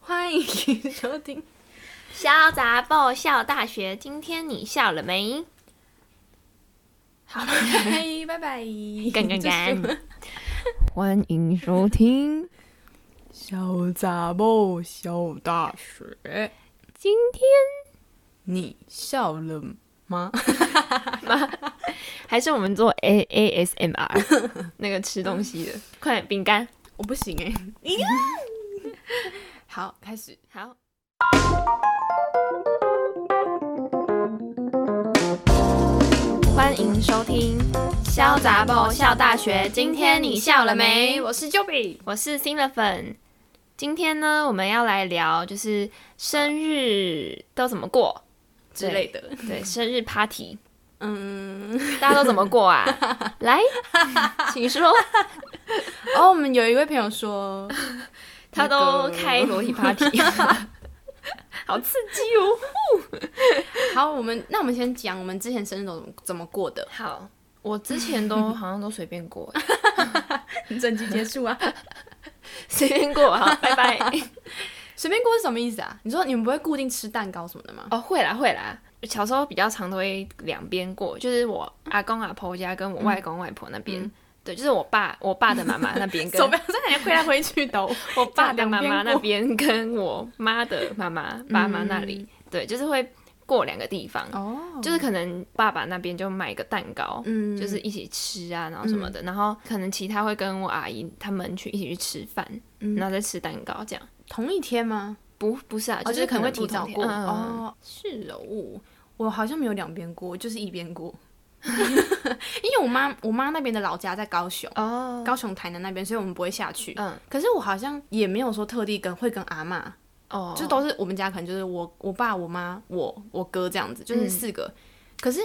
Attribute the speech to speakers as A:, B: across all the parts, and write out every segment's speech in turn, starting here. A: 欢迎收听。
B: 潇洒爆笑大学，今天你笑了没？
A: 好了，拜拜拜拜。
B: 干干干！
C: 欢迎收 听。
A: 小杂毛，小大学，
C: 今天
A: 你笑了吗？
C: 还是我们做 A A S M R 那个吃东西的，快点饼干。
A: 我不行
B: 欸
A: 哎、 好，开始。
C: 好，
B: 欢迎收听潇洒爆笑大学，今天你笑了没？我
A: 是 Joey。
B: 我是新的粉，今天呢，我们要来聊就是生日都怎么过
A: 之类的，
B: 对对，生日 party
A: 嗯，
B: 大家都怎么过 啊？来，请说，
A: 哦，我们有一位朋友 说，
B: 他都开裸体 party，好刺激哦！
A: 好，我们那我们先讲我们之前生日怎么怎么过 的，
B: 好，我之前都好像都随便过，
A: 整集结束啊。
B: 随便过，好，拜拜。
A: 随便过是什么意思啊？你说你们不会固定吃蛋糕什么的吗？
B: 哦，会啦会啦。小时候比较常都会两边过，就是我阿公阿婆家跟我外公外婆那边，
A: 嗯
B: 对，就是我爸我爸的妈妈那 边跟
A: 手不要在那里挥来挥去的哦，
B: 我爸的妈妈
A: 两边过
B: 那边跟我妈的妈妈爸妈那里，对，就是会过两个地方，
A: 哦
B: 就是可能爸爸那边就买个蛋糕，
A: 嗯
B: 就是一起吃啊，然后什么的，然后可能其他会跟我阿姨他们去一起去吃饭，
A: 嗯
B: 然后再吃蛋糕这样。
A: 同一天吗？
B: 不不是啊，
A: 哦，
B: 是
A: 可
B: 可
A: 能
B: 能会
A: 会
B: 提
A: 提
B: 早
A: 早过
B: 过嗯
A: 哦，是哦，我好像没有两边过，就是一边过， 因为我妈我妈那边的老家在高雄，
B: 哦，
A: 高雄台南那边，所以我们不会下去。
B: 嗯
A: 可是我好像也没有说特地跟会跟阿嬷，
B: 哦，
A: 就都是我们家可能就是我我爸我妈我我哥这样子，就是四个。可是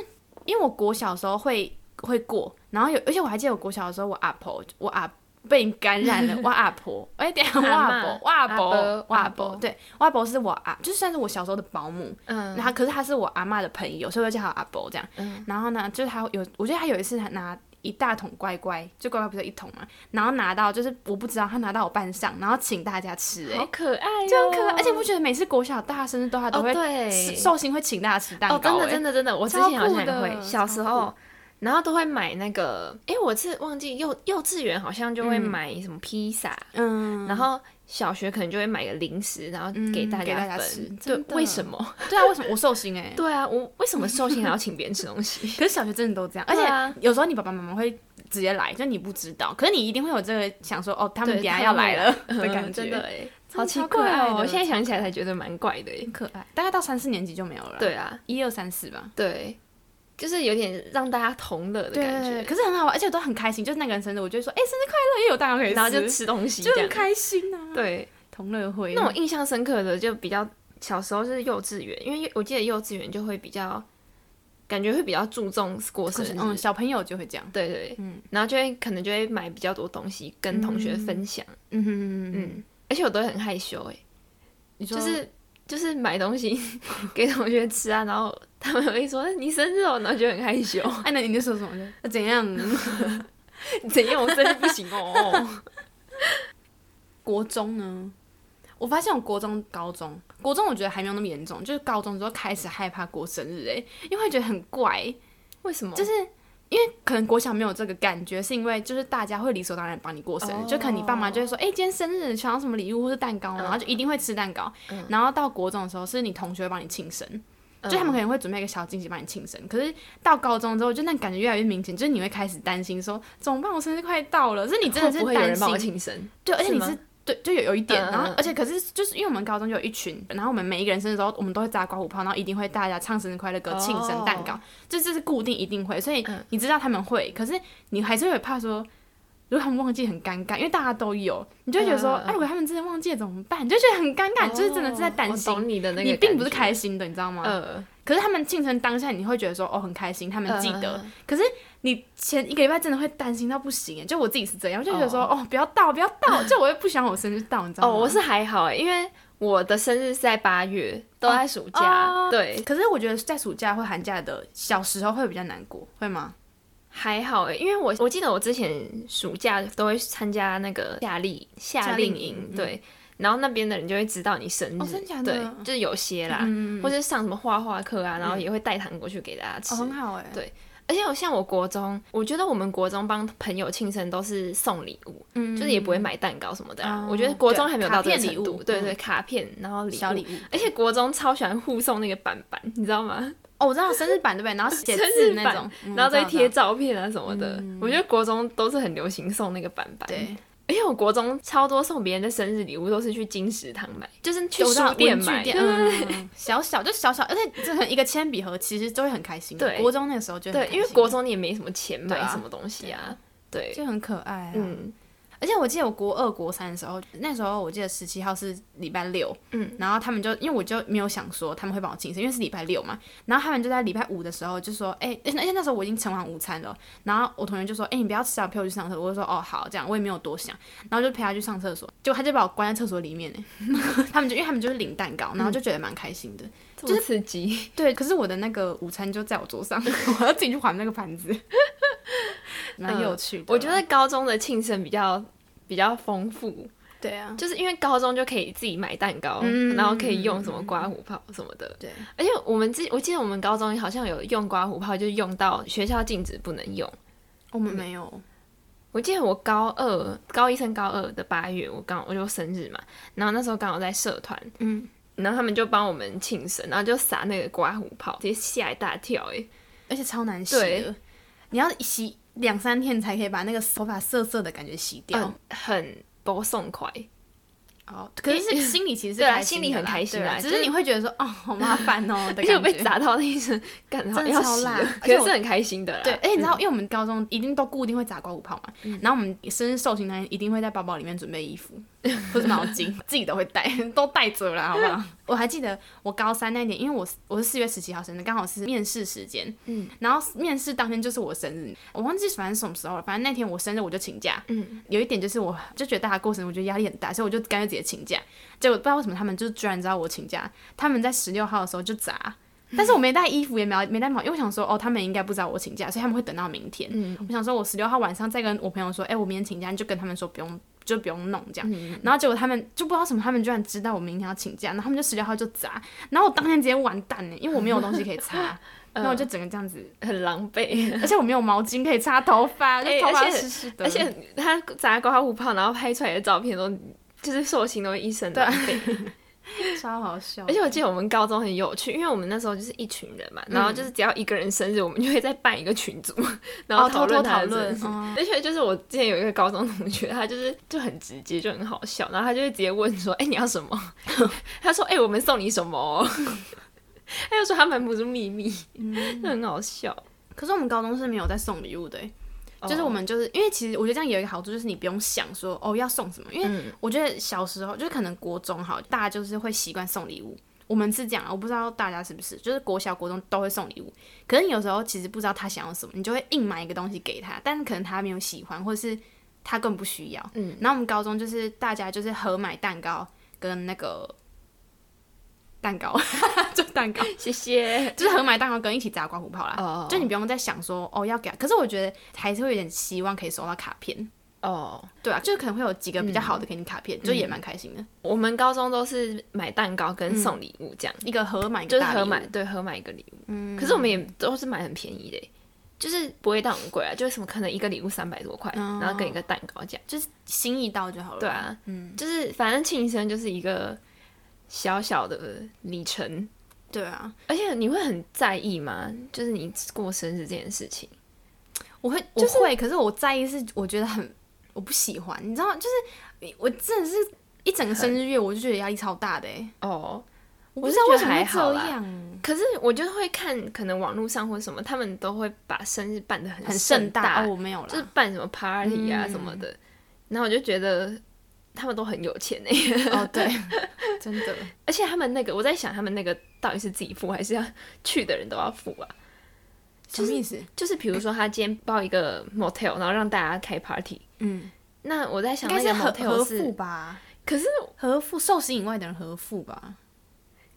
A: 因为我国小的时候会会过，然后有而且我还记得我国小的时候我阿婆我阿被你感染了，我阿婆哎、等一下我阿婆我阿婆我阿婆对我阿婆是我阿就算是我小时候的保姆，
B: 嗯
A: 然后可是她是我阿嬷的朋友，所以我就叫她阿伯这样。
B: 嗯
A: 然后呢，就是她有，我觉得她有一次还拿一大桶乖乖，就乖乖不是有一桶嘛，然后拿到就是我不知道她拿到我班上，然后请大家吃、哎
B: 好，可爱、哦，
A: 就很可爱，而且不觉得每次国小大家生日都他都
B: 哦
A: 会
B: 对
A: 吃寿星会请大家吃蛋
B: 哦，
A: 糕、欸
B: 真的
A: 的，
B: 真的真的，我之
A: 超
B: 前好
A: 酷
B: 像也
A: 的
B: 会，小
A: 超
B: 时候。然后都会买那个，诶，我是忘记幼幼稚园好像就会
A: 嗯
B: 买什么披萨，
A: 嗯，
B: 然后小学可能就会买个零食，然后
A: 嗯
B: 给大
A: 给大家
B: 分。
A: 吃
B: 对
A: 真，的
B: 为什么？
A: 对啊，为什么我寿星哎、
B: 对啊，我为什么寿星还要请别人吃东西？
A: 可是小学真的都这样，而
B: 对啊
A: 且有时候你爸爸妈妈会直接来，就你不知道，可是你一定会有这个想说哦，他们等
B: 对
A: 一下
B: 他
A: 要
B: 们
A: 来
B: 来
A: 了
B: 嗯
A: 的感觉，
B: 真的哎，
A: 真
B: 好
A: 的
B: 奇
A: 超可
B: 怪
A: 爱的
B: 哦！我现在想起来才觉得蛮怪的耶。欸
A: 很可爱。啊大概到三四年级就没有了，
B: 对，啊，
A: 一二三四吧。
B: 对，就是有点让大家同乐的
A: 对
B: 感
A: 对对，
B: 觉，
A: 可是很好玩，而且都很开心。就是那个人生日，我就会说，哎、生日快乐，也有蛋糕可以吃，
B: 然后就吃东西
A: 就
B: 这
A: 很
B: 样。
A: 开心啊。，
B: 对，
A: 同乐会
B: 那我印象深刻的就比较小时候是幼稚园，因为我记得幼稚园就会比较感觉会比较注重过生日，
A: 嗯，小朋友就会这样，
B: 对对，
A: 嗯
B: 然后就会可能就会买比较多东西跟同学分享，
A: 嗯哼嗯
B: 嗯，而且我都会很害羞哎、
A: 你说
B: 就是就是买东西 给同学吃啊，然后他们会说你生日哦，然后就很害羞，
A: 哎，那你那时候什么呢？
B: 呃
A: 那怎样？
B: 怎样我生日不行哦，
A: 国中呢？我发现我国中、高中、国中我觉得还没有那么严重，就是高中之后开始害怕过生日、欸，因为会觉得很怪，
B: 为什么？
A: 就是因为可能国小没有这个感觉，是因为就是大家会理所当然帮你过生日，
B: 哦
A: 就可能你爸妈就会说，哎、今天生日想要什么礼物或是蛋糕，然后就一定会吃蛋糕，然后到国中的时候是你同学会帮你庆生，
B: 嗯
A: 就他们可能会准备一个小惊喜帮你庆生，可是到高中之后，就那感觉越来越明显，就是你会开始担心说怎么办，我生日快到了，是你真的
B: 会
A: 是
B: 不会有
A: 担
B: 人帮我
A: 心，
B: 庆生？
A: 对，而且你
B: 是
A: 是
B: 吗
A: 对，就有有一点，
B: 嗯嗯
A: 然后
B: 嗯
A: 而且可是就是因为我们高中就有一群，然后我们每一个人生日的时候，我们都会炸刮胡泡，然后一定会大家唱生日快乐歌、庆生蛋糕
B: 哦，
A: 这这是固定一定会，所以
B: 嗯
A: 你知道他们会，可是你还是会怕说。如果他们忘记很尴尬，因为大家都有，你就会觉得说，
B: 嗯嗯嗯
A: 哎、如果他们真的忘记了怎么办？你就觉得很尴
B: 啊
A: 尬，你就是真的是在担心
B: 哦我，懂你的那个，
A: 你并不是，开心的，你知道吗？
B: 呃，
A: 可是他们庆生当下，你会觉得说哦很开心，他们记得。
B: 嗯
A: 可是你前一个礼拜真的会担心到不行耶，就我自己是这样，我就觉得说哦不要到不要 到，就我会不想我生日到，你知道
B: 哦，
A: 吗？
B: 我是还好欸，因为我的生日是在八月，都在暑假，
A: 哦
B: 对，
A: 可是我觉得在暑假或寒假的小时候会比较难过，会吗？
B: 还好欸，因为我我记得我之前暑假都会参加那个夏令夏令
A: 夏令
B: 营
A: 营，嗯
B: 对。然后那边的人就会知道你生日，
A: 哦真假的
B: 对，就是有些啦，
A: 嗯
B: 或者上什么画画课啊，然后也会带糖果去给大家吃。
A: 哦，很好哎，
B: 对而且我像我国中，我觉得我们国中帮朋友庆生都是送礼物，
A: 嗯
B: 就是也不会买蛋糕什么的啊、
A: 哦
B: 我觉得国中还没有到这
A: 对
B: 个程
A: 卡片礼
B: 度，
A: 物嗯
B: 对对，卡片，然后礼物
A: 小礼物。
B: 而且国中超喜欢互送那个板板，你知道吗？
A: 哦，我知道生日版对不对？然后写
B: 生
A: 字
B: 日
A: 那
B: 版
A: 种，嗯
B: 然后再贴。
A: 我知道
B: 照片啊什么的。我觉得国中都是很流行送那个板板。
A: 我知道对，
B: 而且我国中超多送别人的生日礼物都是去金石堂买，就是去
A: 有到
B: 书店
A: 文具
B: 买。
A: 店
B: 对
A: 嗯，嗯嗯小小就小小，而且这很一个铅笔盒，其实就会很开心。
B: 对
A: 国中那个时候就很
B: 对，
A: 开
B: 因为
A: 心
B: 国中你也没什么钱买
A: 对啊
B: 什么东西啊。对，
A: 就很可爱啊。
B: 嗯，
A: 而且我记得我国二、国三的时候，那时候我记得十七号是礼拜六，
B: 嗯，
A: 然后他们就因为我就没有想说他们会帮我庆生，因为是礼拜六嘛，然后他们就在礼拜五的时候就说，哎、而且而且那时候我已经盛完午餐了，然后我同学就说，哎、你不要吃了，陪我去上厕所，我就说哦好，这样我也没有多想，然后就陪他去上厕所，结果他就把我关在厕所里面呢， 他们就因为他们就是领蛋糕，然后就觉得蛮开心的，
B: 这么刺激。
A: 对，可是我的那个午餐就在我桌上， 我要自己去还那个盘子， 蛮有趣的啦、
B: 嗯
A: 啊
B: 我觉得高中的庆生比较比较丰富，
A: 对啊，
B: 就是因为高中就可以自己买蛋糕，
A: 嗯
B: 然后可以用什么刮胡泡什么的。
A: 对。
B: 而且我们记，我记得我们高中好像有用刮胡泡，就是用到学校禁止不能用。
A: 我们没有，
B: 我记得我高二、高一升高二的八月，我刚我就生日嘛，然后那时候刚好在社团，
A: 嗯，
B: 然后他们就帮我们庆生，然后就撒那个刮胡泡，直接吓一大跳哎、
A: 而且超难洗
B: 对
A: 的，你要洗两三天才可以把那个头发涩涩的感觉洗掉。
B: 嗯，很不送快，
A: 哦，可是是心里其实是
B: 对啊
A: 开心的啦
B: 心里很开心啊
A: 对啊只
B: 就是
A: 是你会觉得说哦，好麻烦 哦的
B: 而且我
A: 感
B: 被
A: 觉。
B: 砸到那一声，干然后
A: 真的
B: 要
A: 超
B: 死
A: 辣
B: 了
A: 而
B: 可
A: 且
B: 是
A: 我
B: 是很开心的啦。
A: 对，而且你知道，因为我们高中一定都固定会砸刮胡泡嘛，然后我们生日寿星那天一定会在包包里面准备衣 服或者毛巾，自己都会带，都带着啦，好不 好？我还记得我高三那年，因为我是我是四月十七号生日，刚好是面试时间，嗯，然后面试当天就是我生日，我忘记反正什么时候了，反正那天我生日我就请假，嗯，有一点就是我就觉得大家过生日我觉得压力很大，所以我就干脆直接请假，结果不知道为什么他们就居然知道我请假，他们在十六号的时候就砸。但是我没带衣服，也没没带毛，因为我想说，哦，他们应该不知道我请假，所以他们会等到明天。我想说，哦我十六号晚上再跟我朋友说，哎、我明天请假，你就跟他们说不用，就不用弄这样。然后结果他们就不知道什么，他们居然知道我明天要请假，然后他们就十六号就砸，然后我当天直接完蛋呢，因为我没有东西可以擦，然后我就整个这样子，
B: 很狼狈。
A: 而且我没有毛巾可以擦头 发，就
B: 哎
A: 头发
B: 而且
A: 湿湿的，
B: 而且他砸刮胡泡，然后拍出来的照片都就是寿星都一身
A: 啊
B: 狼狈。
A: 超好笑。
B: 而且我记得我们高中很有趣，因为我们那时候就是一群人嘛，然后就是只要一个人生日，我们就会再办一个群组，然后
A: 嗯哦偷偷
B: 论他
A: 讨
B: 的生
A: 论
B: 日。，
A: 嗯
B: 而且就是我之前有一个高中同学，他就是就很直接，就很好笑，然后他就会直接问说：“哎、你要什么？” 他说：“哎、我们送你什么哦？” 他就说他们不是秘密，
A: 嗯
B: 就很好笑。
A: 可是我们高中是没有在送礼物的欸、就是我们就是因为其实我觉得这样有一个好处，就是你不用想说哦要送什么，因
B: 嗯
A: 为我觉得小时候就是可能国中好，大家就是会习惯送礼物。我们是这样啊，我不知道大家是不是，就是国小、国中都会送礼物。可是你有时候其实不知道他想要什么，你就会硬买一个东西给他，但是可能他没有喜欢，或是他更不需要。嗯。然后我们高中就是大家就是合买蛋糕跟那个蛋糕，就蛋糕，
B: 谢谢。
A: 就是合买蛋糕跟一起炸刮胡泡啦。
B: 哦
A: 就你不用再想说哦要给他，可是我觉得还是会有点希望可以收到卡片，
B: 哦，
A: 对啊，就是可能会有几个比较好的给你卡片，就也蛮开心的。
B: 我们高中都是买蛋糕跟送礼物这样。
A: 一个盒买，一
B: 就
A: 个
B: 是
A: 嗯大礼
B: 合
A: 物嗯
B: 买，对，合买一个礼物。可是我们也都是买很便宜的欸，就是不会到很贵啊，就是什么可能一个礼物三百多块，然后跟一个蛋糕这样。
A: 就是心意到就好了。嗯
B: 对，啊，
A: 哦
B: 就是反正庆生就是一个小小的里程，
A: 对啊，
B: 而且你会很在意吗？就是你过生日这件事情，
A: 我会、我会，可是我在意是我觉得很我不喜欢，你知道，就是我真的是一整个生日月，我就觉得压力超大的哎、
B: 哦。
A: 我
B: 我
A: 不
B: 是
A: 知道
B: 觉
A: 为
B: 得
A: 什么
B: 还
A: 会
B: 好
A: 这
B: 啦
A: 样，
B: 可是我就会看，可能网络上或者什么，他们都会把生日办得很
A: 很
B: 盛
A: 盛
B: 大，
A: 大哦，我嗯没有
B: 就是
A: 啦。
B: 办什么 party 啊什么的。然后我就觉得他们都很有钱哎、
A: 哦，对， 真的，
B: 而且他们那个，我在想他们那个到底是自己付还是要去的人都要付啊？
A: 什么意思？
B: 就是比如说他今天包一个 motel，然后让大家开 party，
A: 嗯，
B: 那我在
A: 应
B: 想
A: 该
B: 那
A: 是
B: 个
A: 合
B: motel
A: 合
B: 是，
A: 付吧？
B: 可是
A: 合付寿星以外的人合付吧？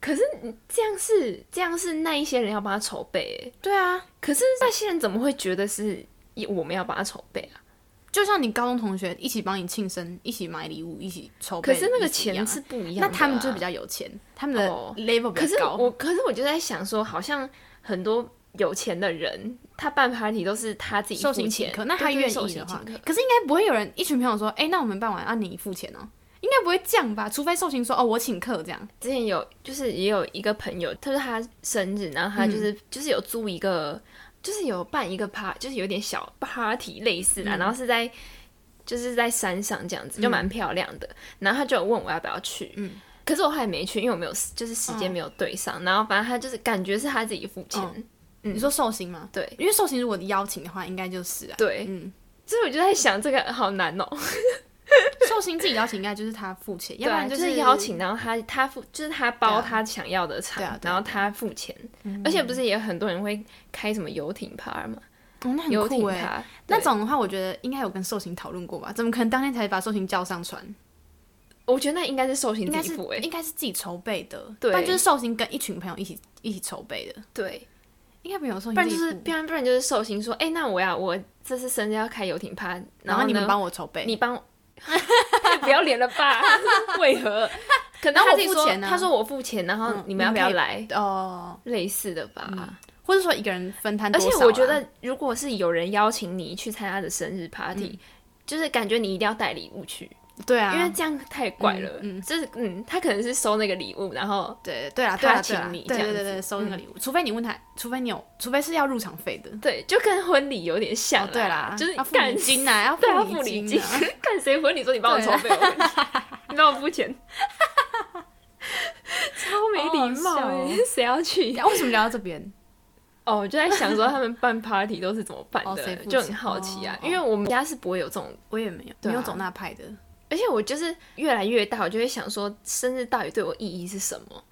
B: 可是这样是这样是那一些人要帮他筹备欸、
A: 对啊，
B: 可是那些人怎么会觉得是我们要帮他筹备啊？
A: 就像你高中同学一起帮你庆生，一起买礼物，一起筹备，
B: 可是那个
A: 一起一
B: 钱
A: 样啊
B: 是不一样的
A: 那
B: 啊、
A: 他们就比较有钱，他们的
B: 哦
A: level 比
B: 可是
A: 较高。
B: 我，可是我就在想说，好像很多有钱的人，他办 party 都是他自己
A: 受
B: 付
A: 刑请
B: 钱
A: 客，，那他
B: 对对
A: 愿
B: 受
A: 意
B: 刑
A: 的话
B: 请客，
A: 可是应该不会有人一群朋友说，哎、那我们办完啊，你付钱哦，应该不会这样吧？除非受刑说，哦，我请客这样。
B: 之前有就是也有一个朋友，他说他生日，然后他
A: 嗯
B: 就是、就是有租一个，就是有办一个 part，就是有点小 party 类似的，
A: 嗯
B: 然后是在就是在山上这样子，就蛮漂亮的。然后他就有问我要不要去，
A: 嗯哦
B: 可是我还没去，因为我没有就是时间没有对上。然后反正他就是感觉是他自己付钱，
A: 嗯你说受刑吗？
B: 对
A: 因为受刑如果邀请的话，应该就是啊。
B: 对，
A: 嗯，
B: 所以我就在想这个好难哦、
A: 受刑自己邀请应该就是他付钱，要
B: 对
A: 不
B: 啊，
A: 然
B: 就是
A: 是
B: 邀。请，然后他他付，就是他包
A: 对啊
B: 他想要的场，
A: 对啊对嗯啊
B: 然后他付钱，而且不是也有很多人会开什么游艇趴嘛，
A: 哦，那很
B: 游
A: 酷
B: 艇
A: 哎。
B: 趴
A: 那
B: 对
A: 种的话，我觉得应该有跟受刑讨论过吧？怎么可能当天才把受刑叫上船？
B: 我觉得那应该是寿星
A: 应
B: 自
A: 该
B: 己
A: 是
B: 付哎、
A: 应该是自己筹备的，
B: 对
A: 不然就是寿星跟一群朋友一起一起筹备的，
B: 对，
A: 应该没有寿星
B: 不然
A: 自己
B: 就是
A: 付
B: 不然不然就是寿星说，哎、那我呀，我这次生日要开游艇趴，
A: 然
B: 后
A: 后你们
B: 呢
A: 帮我筹备，
B: 你帮我， 太不要脸了吧？ 为何？可能
A: 那
B: 他
A: 我
B: 自己
A: 付
B: 说，
A: 钱啊
B: 他说我付钱，然后
A: 嗯
B: 你们要不要
A: 你们
B: 来？嗯
A: 哦，
B: 类似的吧。
A: 或者说一个人分摊
B: 而
A: 多少
B: 且
A: 啊、
B: 我觉得，如果是有人邀请你去参加他的生日 party，、就是感觉你一定要带礼物去，
A: 对啊，
B: 因为这样太怪了。
A: 嗯嗯
B: 就是嗯，他可能是收那个礼物，然后
A: 对对啦，
B: 他
A: 对啦，
B: 请
A: 对啦
B: 你
A: 对
B: 这
A: 对
B: 样
A: 对
B: 子
A: 对，收那个礼物，除非你问他，除非你有，除非是要入场费的。
B: 对，就跟婚礼有点像、
A: 哦，对啦，
B: 就是
A: 要付
B: 干
A: 礼金 呐，要
B: 对啊，
A: 付
B: 付礼
A: 金
B: 金
A: 啊。，
B: 看谁婚礼说你帮我筹备，我 婚礼你帮我付钱，超没礼貌
A: 好好笑哦
B: 欸，谁要去？
A: 啊为什么聊到这边？
B: 哦，我就在想说他们办 party 都是怎么办
A: 哦谁
B: 的
A: 付，钱
B: 就很好奇啊
A: 哦，哦
B: 因为我们家是不会有这种，
A: 我也没有，
B: 对
A: 没
B: 啊
A: 有走那派的。
B: 而且我就是越来越大，我就会想说，生日到底对我意义是什么？
A: 嗯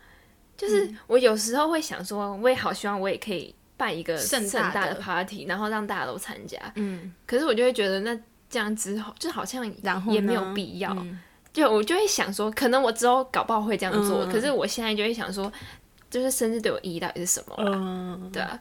B: 就是我有时候会想说，我也好希望我也可以办一个
A: 盛
B: 盛
A: 大的
B: 大的 party，然后让大家都参加，
A: 嗯，
B: 可是我就会觉得那这样之后，就好像
A: 然后
B: 也没
A: 呢
B: 有必要。
A: 嗯
B: 就我就会想说，可能我之后搞不好会这样做，
A: 嗯
B: 可是我现在就会想说，就是生日对我意义到底是什么啊、
A: 嗯，
B: 对啊，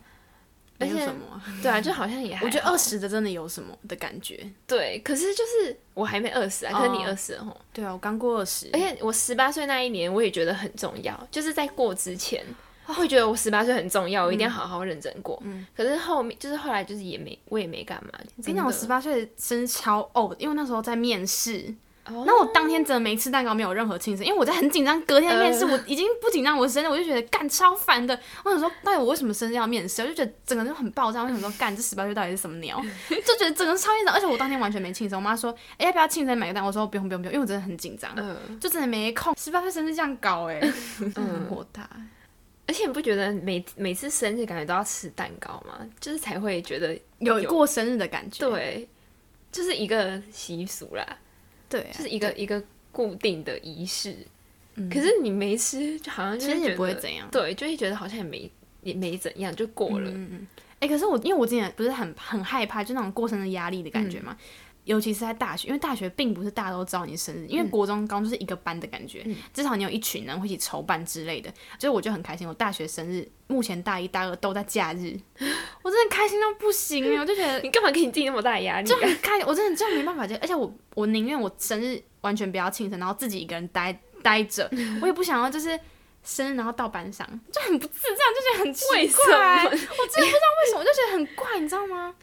B: 而
A: 没有
B: 且
A: 什么啊。
B: 对啊，就好像也还
A: 我觉得
B: 好
A: 二十的真的有什么的感觉？
B: 对，可是就是我还没二十啊，可是你
A: 哦
B: 二十哦，
A: 对啊，我刚过二十，
B: 而且我十八岁那一年我也觉得很重要，就是在过之前。
A: 哦
B: 会觉得我十八岁很重
A: 嗯
B: 要，我一定要好好认真过。可是后面就是后来就是也没我也没干嘛。
A: 我跟你讲，我十八岁生日超呕的，因为那时候在面试，
B: 哦
A: 那我当天真的没吃蛋糕，没有任何庆生，因为我在很紧张，隔天的面试、我已经不紧张我的生日，我就觉得干超烦的。我想说，到底我为什么生日要面试？我就觉得整个人就很爆炸。我想说，干这十八岁到底是什么 鸟？就觉得整个人超紧张，而且我当天完全没庆生。我妈说，哎、要不要庆生买个蛋糕？我说不用不用不用，因为我真的很紧张，
B: 嗯、
A: 就真的没空。十八岁生日这样搞、 哎，很火大。
B: 而且你不觉得每每次生日感觉都要吃蛋糕吗？就是才会觉得
A: 有过生日的感觉，
B: 对，就是一个习俗啦，
A: 对啊、
B: 就是一个一个固定的仪式。
A: 嗯
B: 可是你没吃，就好像就
A: 其实
B: 觉
A: 也
B: 得
A: 不会怎样。
B: 对，就会觉得好像也没也没怎样，就过了。
A: 哎、可是我因为我之前不是很很害怕，就那种过生日压力的感觉嘛。尤其是在大学，因为大学并不是大家都知道你生日，因为国中、高中就是一个班的感觉，至少你有一群人会一起筹办之类的，所以我就很开心。我大学生日，目前大一、大二都在假日，我真的开心到不行欸，我就觉得
B: 你干嘛给你自己那么大的压力、
A: 就
B: 啊？
A: 很开，我真的真的没办法接，而且我我宁愿我生日完全不要庆生，然后自己一个人待待着，我也不想要就是生日然后到班上，就很不自在，就觉得很奇怪，
B: 为什么
A: 我真的不知道为什么，我就觉得很怪，你知道吗？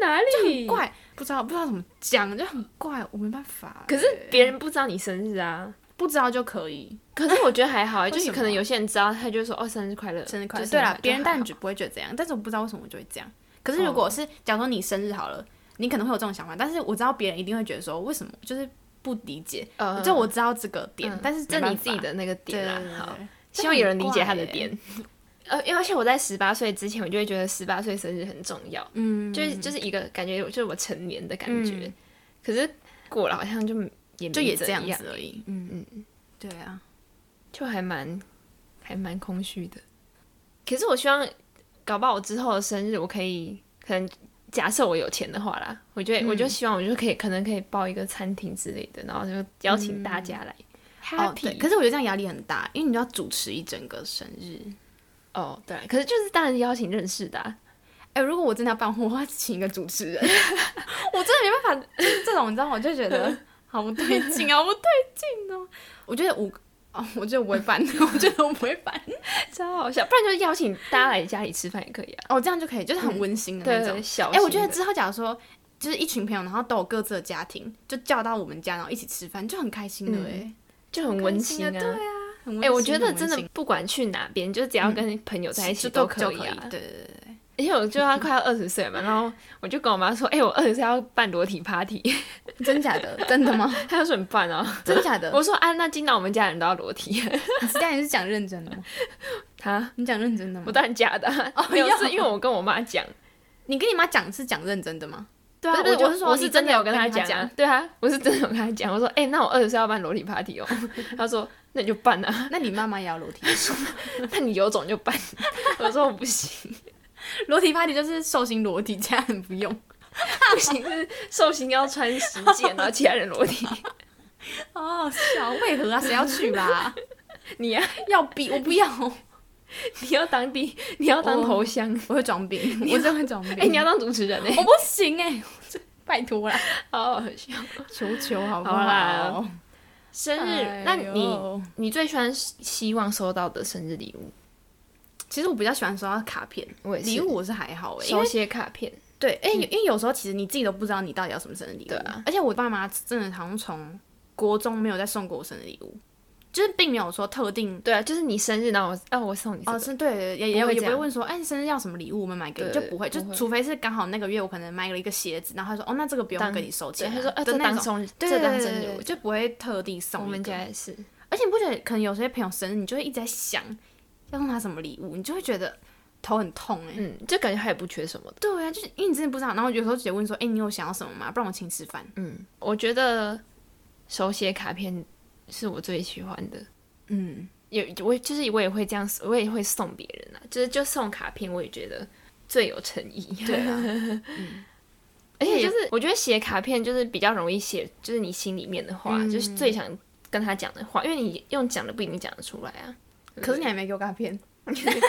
B: 在哪里？
A: 怪，不知道不知道怎么讲，就很怪，我没办法。欸
B: 可是别人不知道你生日啊。
A: 不知道就可以
B: 可是我觉得还好、 啊，
A: 为
B: 就
A: 什
B: 是
A: 么
B: 可能有些人知道，他就说哦，生日快乐，
A: 生日快
B: 就
A: 乐。对
B: 日
A: 啦，别人
B: 就还
A: 当然
B: 好
A: 觉不会觉得这样，但是我不知道为什么我就会这样。可是如果是，假如说你生日好了，你可能会有这种想法，但是我知道别人一定会觉得说为什么就是不理解，
B: 呃
A: 就我知道这个点，但是嗯
B: 这
A: 没办
B: 你自己
A: 法
B: 的那个点啦、
A: 对
B: 好，，
A: 这
B: 希望有人
A: 很
B: 理解
A: 怪
B: 他的
A: 欸
B: 点。 呃，因为而且我在十八岁之前，我就会觉得十八岁生日很重要，
A: 嗯，
B: 就是就是一个感觉，就是我成年的感觉。
A: 嗯
B: 可是过了好像就也没
A: 就也
B: 怎
A: 这
B: 样
A: 样子而已。嗯嗯，对啊，
B: 就还蛮还蛮空虚的。可是我希望，搞不好我之后的生日，我可以可能假设我有钱的话啦，我就会、我就希望我就可以可能可以包一个餐厅之类的，然后就邀请大家来、
A: 哦对，
B: 嗯 happy。
A: 可是我觉得这样压力很大，因为你要主持一整个生日。
B: 哦，对，可是就是当然邀请认识的、啊，
A: 哎、如果我真的要办婚，我要请一个主持 人，我真的没办法，就是这种你知道吗，我就觉 得好不对劲啊，好不对劲哦、我觉得五哦，我觉得我不会办， 我觉得我不会办。
B: 超好笑。不然就邀请大家来家里吃饭也可以啊。
A: 哦，这样就可以，就是很温馨的
B: 对
A: 那种
B: 对，。小
A: 哎、我觉得
B: 型的
A: 之后假如说就是一群朋友，然后都有各自的家庭，就叫到我们家，然后一起吃饭，就很开心的哎、
B: 嗯就很温馨
A: 很开心啊对啊，很温馨
B: 哎、我觉
A: 很
B: 得
A: 温
B: 真的
A: 馨
B: 不管去哪边，就只要跟朋友在一起
A: 就都
B: 可
A: 以
B: 以啊。
A: 对对对对，
B: 而且我就要快要二十岁嘛，然后我就跟我妈说：“哎、我二十岁要办裸体 party。
A: 对 真假的，真的 吗？”
B: 她就说：“你办啊
A: 真假？”的？
B: 我说：“啊，那今早我们家人都要裸体。
A: 你是当然是讲认真的吗？”
B: 她，
A: 你讲认真的吗
B: 我？当然假的啊、
A: 哦
B: 没有
A: 哟
B: 是因为我跟我妈讲。
A: 你跟你妈讲是讲认真的吗？
B: 对啊
A: 不是不是
B: 我
A: 我是说
B: 我
A: 你
B: 是
A: 真
B: 真
A: 的
B: 的
A: 有
B: 有跟
A: 跟
B: 她
A: 她
B: 讲
A: 讲
B: 啊，对啊，我是真的有跟她讲。我说：“哎、那我二十岁要办裸体 party 哦。” 她说：“那你就办啊，
A: 那你妈妈也要裸体？
B: 那你有种就办。”我说：“我不行，
A: 裸体 party 就是寿星裸体，家人不用，
B: 不行，是寿星要穿十件，然后其他人裸体。
A: 好好笑。哦为何啊？谁要去 啦？
B: 你呀、
A: 要逼我不要，
B: 你要当地，你要当
A: 哦
B: 头像。
A: 我会装病， 我真的会装病。
B: 哎、你要当主持人哎、
A: 我不行哎、 拜托啦，
B: 好好笑。
A: 求求好不
B: 好啦
A: 好
B: 生日，
A: 哎
B: 那你
A: 呦
B: 你最喜欢希望收到的生日礼物？
A: 其实我比较喜欢收到卡片，
B: 我也是
A: 礼物我是还好哎、因
B: 手
A: 为
B: 写卡片，
A: 对，哎、因为有时候其实你自己都不知道你到底要什么生日礼物。
B: 对啊
A: 而且我爸妈真的好像从国中没有再送过我生日礼物，就是并没有说特定。
B: 对啊，就是你生日，然后我哦，我送你、这
A: 哦，
B: 个
A: 是对，也也
B: 不会
A: 也
B: 这
A: 不
B: 样
A: 会问说，哎，你生日要什么礼物，我们买给你，就
B: 对
A: 不会，就
B: 不会
A: 除非是刚好那个月我可能买了一个鞋子，然后他说，哦，那这个不用
B: 当
A: 给你收钱
B: 对，
A: 啊，
B: 他说啊，
A: 的
B: 这
A: 那
B: 当
A: 种，
B: 生日，
A: 对
B: 这
A: 对
B: 当
A: 对
B: 生日
A: 对
B: 礼物，
A: 就不会特地送
B: 我
A: 一
B: 们
A: 个
B: 家也是，
A: 而且你不觉得可能有些朋友生日，你就会一直在想要送他什么礼物，你就会觉得头很痛哎、
B: 嗯，就感觉他也不缺什么的。
A: 对啊，就是因为你真的不知道，然后有时候直接问说，哎、你有想要什么吗？不然我请你吃饭。
B: 嗯，我觉得手写卡片是我最喜欢的。
A: 嗯，
B: 也我就是我也会这样，我也会送别人啊，就是就送卡片，我也觉得最有诚意。
A: 对 啊，
B: 而且嗯就是我觉得写卡片就是比较容易写，就是你心里面的话，
A: 嗯
B: 就是最想跟他讲的话，因为你用讲的不一定讲得出来啊。
A: 可是你还没给我卡片，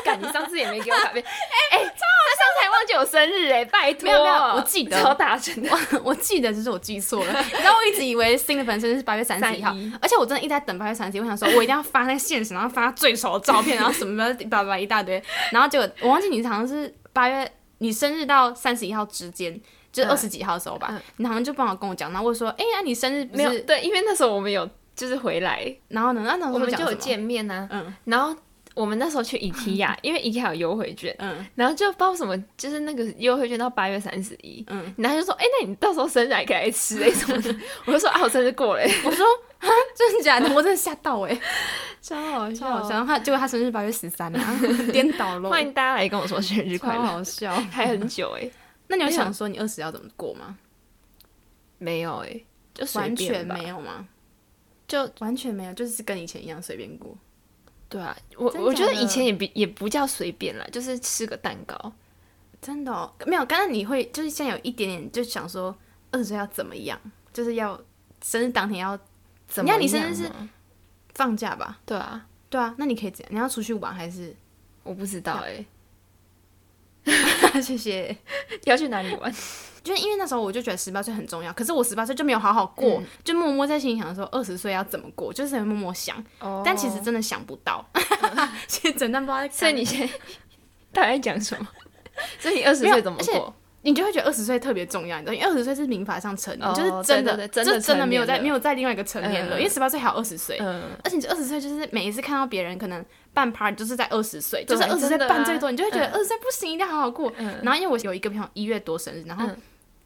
B: 干，你上次也没给我卡 片，哎、他上次还忘记我生日哎、拜托，
A: 没有没有我记得
B: 超大声的，
A: 我记得只是我记错了。 你知道我一直以为新的粉丝是八月三十一号
B: 31，
A: 而且我真的一直在等八月三十一，我想说我一定要发那个现实，然后发最熟的照片，然后什么叭叭一大堆，然后结果我忘记你好像是八月你生日到三十一号之间。就是
B: 嗯
A: 二十几号的时候吧，
B: 嗯
A: 你好像就帮我跟我讲，然后我说，哎、呀、你生日不
B: 没有
A: 是？
B: 对，因为那时候我们有就是回来，
A: 然后呢？那那
B: 我们就有
A: 见，
B: 见面啊，
A: 嗯
B: 然后我们那时候去 IKEA，因为 IKEA 有优惠券，
A: 嗯
B: 然后就不知道为什么，就是那个优惠券到八月三十一。
A: 嗯，
B: 然后他就说：“哎、那你到时候生日还可以来吃哎、什么的。”我就说：“啊，我生日过了、欸，
A: 我说啊，真的假的？我真的吓到 哎、
B: 超好
A: 超好笑。然后他结果他生日八月十三 啊，颠倒了，
B: 欢迎大家来跟我说生日快
A: 超
B: 乐，
A: 好笑。
B: 还很久哎、
A: 那你有
B: 没有
A: 想说你二十要怎么过吗？
B: 没有哎、就随
A: 完
B: 便
A: 全
B: 吧
A: 没，有吗？
B: 就
A: 完全没有，就是跟以前一样随便过。
B: 对啊，我
A: 真
B: 我觉得
A: 假的
B: 以前也比也不叫随便啦，就是吃个蛋糕，
A: 真的、哦、没有，刚才你会就是现在有一点点就想说二十岁要怎么样，就是要生日当天要
B: 怎
A: 你
B: 么
A: 看你生日
B: 样
A: 是
B: 啊
A: 放假吧？
B: 对啊，
A: 对啊，那你可以怎样？你要出去玩还是？
B: 我不知道哎、
A: 谢谢。
B: 要去哪里玩？
A: 就是因为那时候我就觉得十八岁很重要，可是我十八岁就没有好好过，
B: 嗯
A: 就默默在心里想说二十岁要怎么过，就是默默想，
B: 哦
A: 但其实真的想不到。 其实整段不知道在干嘛，
B: 所以你 现在大概讲什么？所以你二十
A: 没有
B: 岁怎么
A: 而且
B: 过？
A: 你就会觉得二十岁特别重要，你知道，因为二十岁是民法上成年，
B: 哦
A: 就是真的
B: 对对对真的
A: 就真的
B: 成年
A: 没有在
B: 了
A: 没有在另外一个成年了，
B: 嗯
A: 因为十八岁还有二十岁。
B: 嗯，
A: 而且你二十岁就是每一次看到别人可能办 party 就是在二十岁，就
B: 对
A: 是二十岁
B: 真的啊
A: 办最多，你就会觉得
B: 嗯
A: 二十岁不行，一定要好好过。
B: 嗯
A: 然后因为我有一个朋友一月多生日，然后
B: 嗯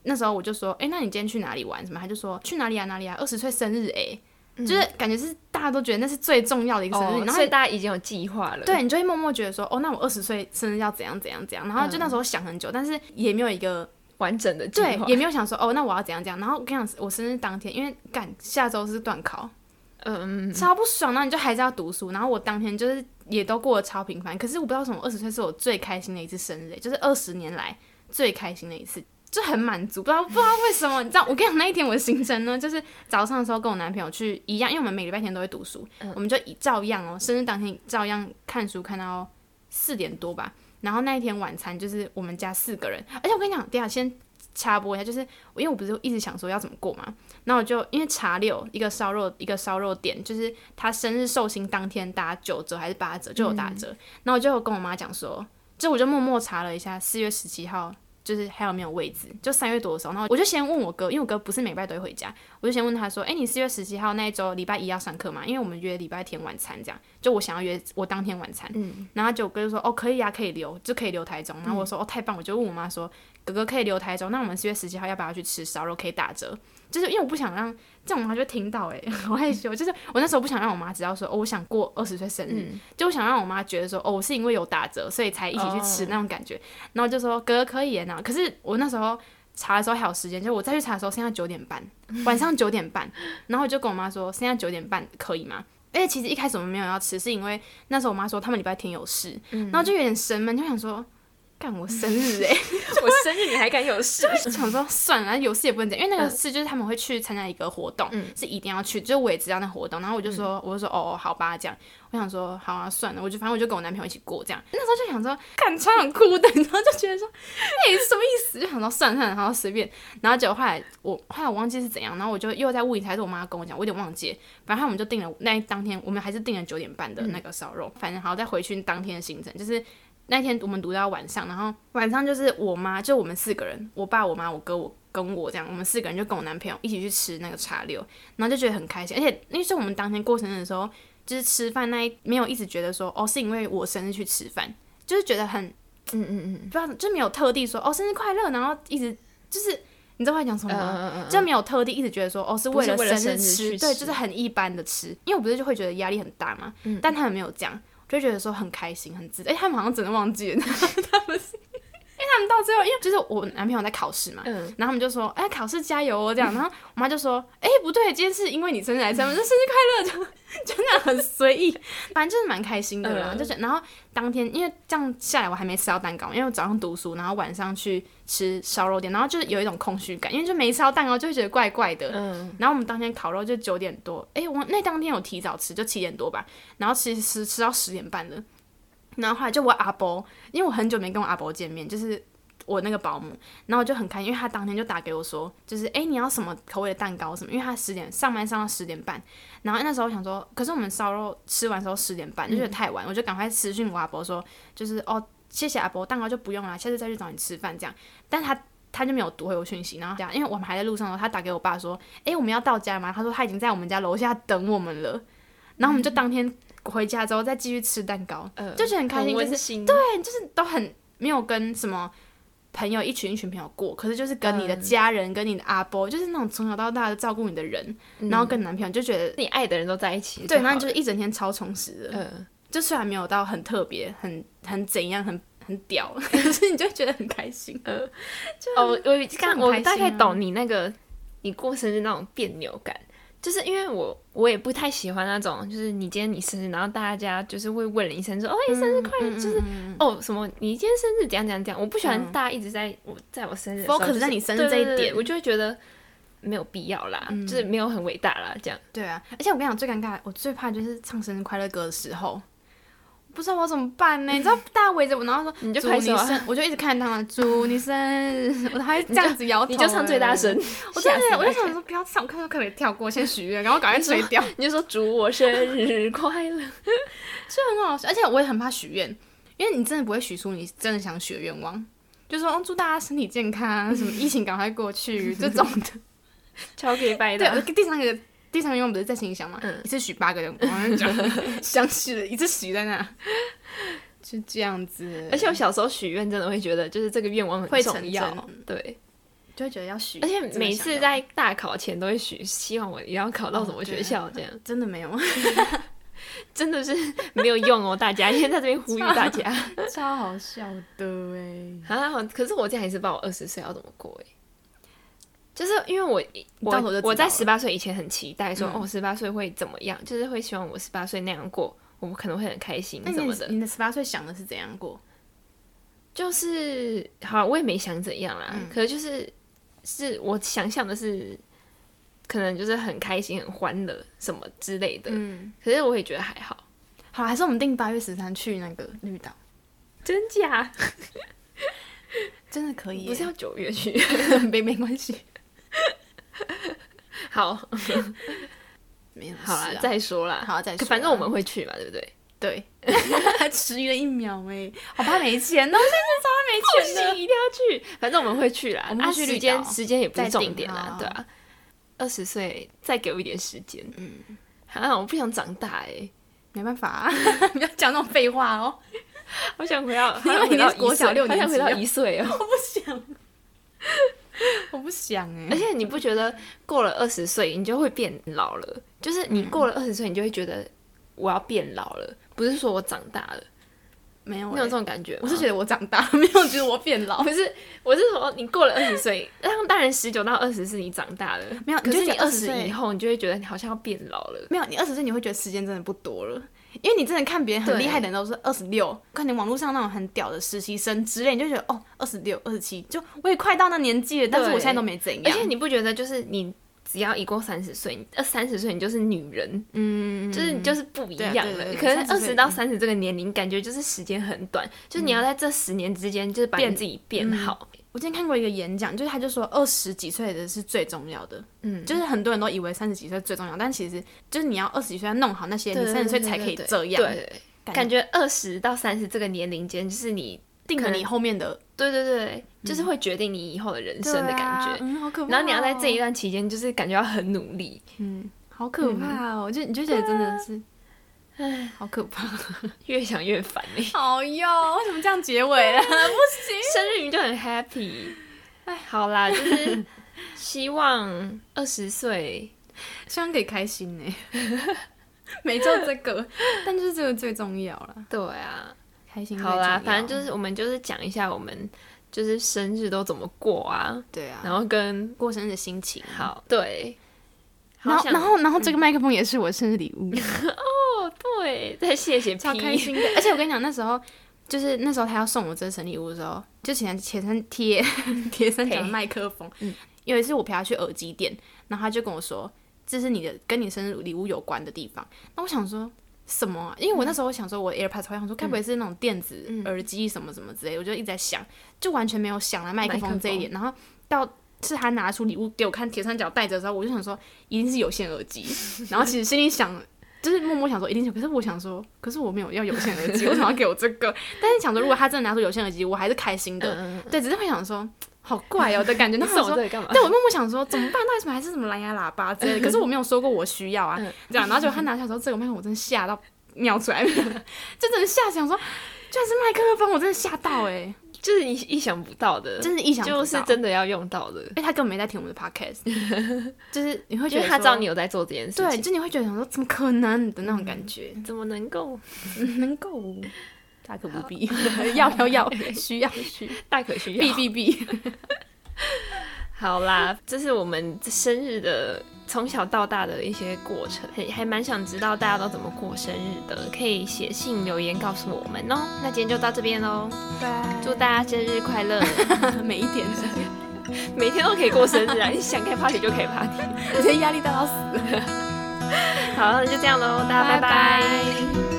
A: 那时候我就说，哎、那你今天去哪里玩？什么？他就说去哪里啊哪里啊，二十岁生日哎、就是感觉是大家都觉得那是最重要的一个生日，
B: 哦，
A: 然后
B: 所以大家已经有计划了。
A: 对你就会默默觉得说，哦，那我二十岁生日要怎样怎样怎样，然后就那时候想很久，但是也没有一个
B: 完整的计
A: 对
B: 划。，
A: 也没有想说哦，那我要怎样怎样。然后我跟你讲，哦我生日当天，因为赶下周是断考，
B: 嗯，
A: 超不爽，然后你 就还是要读书。然后我当天就是也都过得超平凡，可是我不知道为什么，二十岁是我最开心的一次生日、欸就是二十年来最开心的一次。就很满足，不知道不知道为什么，你知道我跟你讲那一天我的行程呢， 就是早上的时候跟我男朋友去一样，因为我们每礼拜天都会读
B: 嗯
A: 书，我们就以照样哦，生日当天照样看书看到四点多吧，然后那一天晚餐就是我们家四个人，而且我跟你讲，等一下先插播一下，就是因为我不是一直想说要怎么过嘛，然后我就因为茶六一个烧肉一个烧肉店，就是他生日寿星当天打九折还是八折就有打折，然后我就有跟我妈讲说，就我就默默查了一下四月十七号。就是还有没有位置？就三月多的时候，然后我就先问我哥，因为我哥不是每礼拜都会回家，我就先问他说：“哎、你四月十七号那一周礼拜一要上课吗？因为我们约礼拜天晚餐，这样就我想要约我当天晚餐。”嗯，然后他就我哥就说：“哦，可以啊，可以留，就可以留台中。”然后我说：“哦，太棒！”我就问我妈说：“哥哥可以留台中，那我们四月十七号要不要去吃烧肉？可以打折？”就是因为我不想让这样，我妈就听到哎、好害羞。就是 我那时候不想让我妈知道说哦，我想过二十岁生日，就我想让我妈觉得说哦，我是因为有打折，所以才一起去吃那种感觉。然后就说哥哥可以耶，然后可是我那时候查的时候还有时间，就我再去查的时候剩下九点半，晚上九点半，然后我就跟我妈说剩下九点半可以吗？而且其实一开始我们没有要吃，是因为那时候我妈说他们礼拜天有事，然后就有点生闷，就想说干我生日哎、
B: 我生日你还敢有 事？
A: 就想说算了，有事也不能讲，因为那个事就是他们会去参加一个活动，是一定要去，就是我也知道那活动，然后我就说，我就说哦，好吧，这样，我想说好啊，算了，我就反正我就跟我男朋友一起过这样，那时候就想说，看超想哭的， 然后就觉得说，哎、什么意思？就想说算了算了，然后随便，然后结果后来我后来我忘记是怎样，然后我就又在物理台，是我妈跟我讲，我有点忘记，反正我们就定了那一当天，我们还是定了九点半的那个烧肉，反正好再回去当天的行程就是。那天我们读到晚上，然后晚上就是我妈，就我们四个人，我爸、我妈、我哥、我跟我这样，我们四个人就跟我男朋友一起去吃那个茶六，然后就觉得很开心，而且因为是我们当天过生日的时候，就是吃饭那一没有一直觉得说哦是因为我生日去吃饭，就是觉得很
B: 嗯嗯嗯，
A: 不知道就没有特地说哦生日快乐，然后一直就是你知道我在讲什么吗？
B: 嗯
A: 就没有特地一直觉得说哦是为了
B: 不是为了
A: 生日
B: 生日
A: 吃，
B: 去
A: 对，
B: 吃
A: 就是很一般的吃，因为我不是就会觉得压力很大嘛，
B: 嗯
A: 但他们没有这样，就觉得说很开心很自在，哎、他们好像真的忘记了， 他们是，因为他们到最后，因为就是我男朋友在考试嘛，
B: 嗯
A: 然后他们就说哎、考试加油哦 这样，然后我妈就说哎、不对，今天是因为你生日来生，我们说生日快乐，就 就那样很随意，反正就是蛮开心的啦，
B: 嗯
A: 就是然后当天因为这样下来我还没吃到蛋糕，因为我早上读书，然后晚上去吃烧肉店，然后就是有一种空虚感，因为就没吃到蛋糕就会觉得怪怪的。
B: 嗯，
A: 然后我们当天烤肉就九点多，诶，我那当天有提早吃，就七点多吧，然后吃吃吃到十点半了。然后后来就我阿伯，因为我很久没跟我阿伯见面，就是我那个保姆，然后我就很开心，因为他当天就打给我说，就是诶，你要什么口味的蛋糕什么，因为他十点上班上到十点半，然后那时候我想说，可是我们烧肉吃完之后十点半，就觉得太晚，我就赶快私讯我阿伯说，就是哦，谢谢阿伯，蛋糕就不用了，下次再去找你吃饭这样。但他他就没有读回我讯息，然后这样，因为我们还在路上的时候，他打给我爸说，诶，我们要到家吗？他说他已经在我们家楼下等我们了，然后我们就
B: 嗯
A: 当天回家之后再继续吃蛋糕，就觉得很开心，就是
B: 温馨，对，
A: 都很没有跟什么朋友一群一群朋友过，可是就是跟你的
B: 嗯
A: 家人、跟你的阿伯，就是那种从小到大的照顾你的人，
B: 嗯
A: 然后跟男朋友就觉得。
B: 你爱的人都在一起，
A: 对，然后就是是一整天超充实的，
B: 嗯，
A: 就虽然没有到很特别、很很怎样、很很 屌，可是你就觉得很开心。
B: 哦，我我刚
A: 就很
B: 我
A: 开心啊
B: 大概懂你那个你过生日那种别扭感，就是因为我我也不太喜欢那种，就是你今天你生日，然后大家就是会问了一声说，哦，你生日快乐，就是哦什么你今天生日怎样怎样怎样，我不喜欢
A: 嗯
B: 大家一直在我在我生日的时候
A: Focus
B: 就是
A: 在你生日这一
B: 对对对
A: 点嗯
B: 我就会觉得没有必要啦，就是没有很伟大啦，这样。
A: 对啊，而且我跟你讲，最尴尬，我最怕就是唱生日快乐歌的时候，不知道我怎么办呢？你知 道大家围着我，然后说
B: 你就
A: 祝
B: 拍手啊
A: 生，我就一直看他们祝你生日，我还这样子摇头，
B: 你就唱最大
A: 欸
B: 声，
A: 我真
B: 吓死
A: 的，我就
B: 人
A: 想说不要唱，我看到可不可以跳过，先许愿，然后赶快吹掉，
B: 你就说祝我生日快 乐，
A: 就很好笑。而且我也很怕许愿，因为你真的不会许出你真的想许的愿望，就说、哦、祝大家身体健康，什么疫情赶快过去这 种的。
B: 超可以掰
A: 对，啊
B: 的
A: 我。第三个第三个愿望不是在心里想吗？
B: 嗯
A: 一次许八个愿望，我就 讲想许了一次许在那，就这样子，
B: 而且我小时候许愿真的会觉得，就是这个愿望
A: 会
B: 很
A: 成
B: 重要
A: 真。
B: 对，
A: 就会觉得要许，
B: 而且
A: 真的
B: 每
A: 想
B: 次
A: 要
B: 在大考前都会许，希望我也要考到什么学
A: 哦
B: 校，这样、
A: 真的没 有，
B: 真的是没有用哦。大家现在在这边呼吁大家
A: 超好笑的哎。
B: 啊！可是我这样还是不知道我二十岁要怎么过哎。就是因为我
A: 你到时候就
B: 我
A: 知道
B: 我在
A: 了
B: 十八岁以前很期待说、
A: 嗯
B: 哦十八岁会怎么样，就是会希望我十八岁那样过，我可能会很开心
A: 那
B: 什
A: 你
B: 么
A: 的
B: 的。
A: 你的十八岁想的是怎样过？
B: 就是好，我也没想怎样啦，
A: 嗯
B: 可是就是是我想象的是，可能就是很开心、很欢乐什么之类的。
A: 嗯，
B: 可是我也觉得还好，
A: 好，还是我们定八月十三去那个绿岛，
B: 真假？
A: 真的可以耶，
B: 不是要九 月去？
A: 没没关系，
B: 好，
A: 没有
B: 好啦，
A: 事啊
B: 再说啦。
A: 好再说啦
B: 反正我们会去嘛，对不对？
A: 对，还 迟疑了一秒哎，好怕没钱 哦，我
B: 不
A: 现
B: 行
A: 在超怕没钱的。
B: 一定要去。反正我们会去啦，
A: 我们
B: 啊
A: 会去
B: 时
A: 绿
B: 间
A: 岛
B: 时间也不是重点
A: 再定
B: 啦
A: 好，
B: 对啊。二十岁再给我一点时间，嗯，啊，我不想长大哎、
A: 没办法、啊， 不要讲那种废话哦。
B: 我想回 到，
A: 因为
B: 好想回
A: 你
B: 到
A: 是国
B: 一
A: 小
B: 岁
A: 六
B: 好想
A: 年
B: 回到
A: 级哦
B: 一岁哦、
A: 我不想，我不想哎、
B: 而且你不觉得过了二十岁，你就会变老了？就是你过了二十岁，你就会觉得我要变老了，不是说我长大了，
A: 没有、
B: 你
A: 欸，
B: 有这种感觉吗？
A: 我是觉得我长大， 没有觉得我变老
B: 不。是，我是说你过了二十岁，当当然十九到二十是你长大了，
A: 没有
B: 可
A: 你就是
B: 你
A: 觉得
B: 二
A: 20
B: 十
A: 岁
B: 以后，你就会觉得你好像要变老了。
A: 没有，你二十岁你会觉得时间真的不多了，因为你真的看别人很厉害的人都是二十六，看你网络上那种很屌的实习生之类，你就觉得哦，二十六、二十七，就我也快到那年纪了，但是我现在都没怎样。
B: 而且你不觉得就是你只要一过三十岁，你二三十岁你就是女人，
A: 嗯，
B: 就是你就是不一
A: 对啊
B: 样
A: 对
B: 了。
A: 对对
B: 可能二
A: 30岁嗯
B: 十到三十这个年龄，感觉就是时间很短，就是你要在这十年之间，就是把你
A: 变
B: 自己变好。
A: 我今天看过一个演讲，就是他就说二十几岁的是最重要的，
B: 嗯，
A: 就是很多人都以为三十几岁最重要，但其实就是你要二十几岁要弄好那些，你三十岁才可以这样，
B: 对，感觉二十到三十这个年龄间，就是你
A: 定了
B: 可能
A: 你后面的
B: 对对对，就是会决定你以后的人生的感
A: 嗯对啊
B: 觉。
A: 嗯，好可怕哦、
B: 然后你要在这一段期间，就是感觉要很努力，
A: 嗯，好可怕哦！就你就觉得真的是，唉，好可怕。
B: 越想越烦哎、
A: 好哟，为什么这样结尾啊了？
B: 生日你就很 happy，哎，好啦，就是希望二十岁，
A: 希望可以开心 呢。没做这个，但就是这个最重要啦，
B: 对啊，
A: 开心最重要。
B: 好啦，反正就是我们就是讲一下我们就是生日都怎么过啊，
A: 对啊，
B: 然后跟
A: 过生日的心情。，
B: 好对，
A: 然
B: 好
A: 后
B: 想
A: 然后然后这个麦克风也是我生日礼物，
B: 哦对，再谢谢 P，
A: 超开心的。而且我跟你讲，那时候就是那时候他要送我这个生日礼物的时候，就前前三贴贴三角的麦克风。
B: 嗯
A: 有一次我陪他去耳机店，然后他就跟我说：“这是你的跟你生日礼物有关的地方。”那我想说。什么、啊？因为我那时候我想说，我 AirPods 我想说，该不
B: 嗯
A: 会是那种电子耳机什么什么之类的，我就一直在想，就完全没有想了啊麦克
B: 麦克风
A: 风这一点。然后到是他拿出礼物给我看，铁三角戴着的时候，我就想说，一定是有线耳机。然后其实心里想，就是默默想说一定是有，可是我想说，可是我没有要有线耳机，为什么要给我这个？ 但是想说，如果他真的拿出有线耳机，我还是开心的。
B: 嗯，
A: 对，只是会想说，好怪哦的感 觉。
B: 你
A: 那我
B: 送我这
A: 说。
B: 个干嘛？
A: 对，我默默想说怎么办？那为什么还是什么蓝牙喇叭之类的？可是我没有说过我需要
B: 嗯
A: 啊，这样。然后就他拿下来的时候，这个麦克风我真的吓到尿出来， 就真的吓想说，居然是麦克风，我真的吓到哎、欸，
B: 就是你意想不到的，
A: 真是意想不到。
B: 嗯就是真的要用到的，
A: 哎、他根本没在听我们的 podcast，就是你会觉
B: 因
A: 得说
B: 为他知道你有在做这件事情
A: 对，，就你嗯会觉得想说怎么可能的那种感觉，
B: 怎么能够
A: 能够 大可不必，要要 要，需要需
B: 大可需要？
A: 必必必，
B: 好啦，这是我们生日的从小到大的一些过程，还还蛮想知道大家都怎么过生日的，可以写信留言告诉我们哦。那今天就到这边喽，祝大家生日快 乐，
A: 每一点是这样，
B: 每天都可以过生日啊！你想开 party 就可以 party。
A: 我觉得压力大到死。
B: 好，那就这样喽，大家拜
A: 拜
B: 拜
A: 拜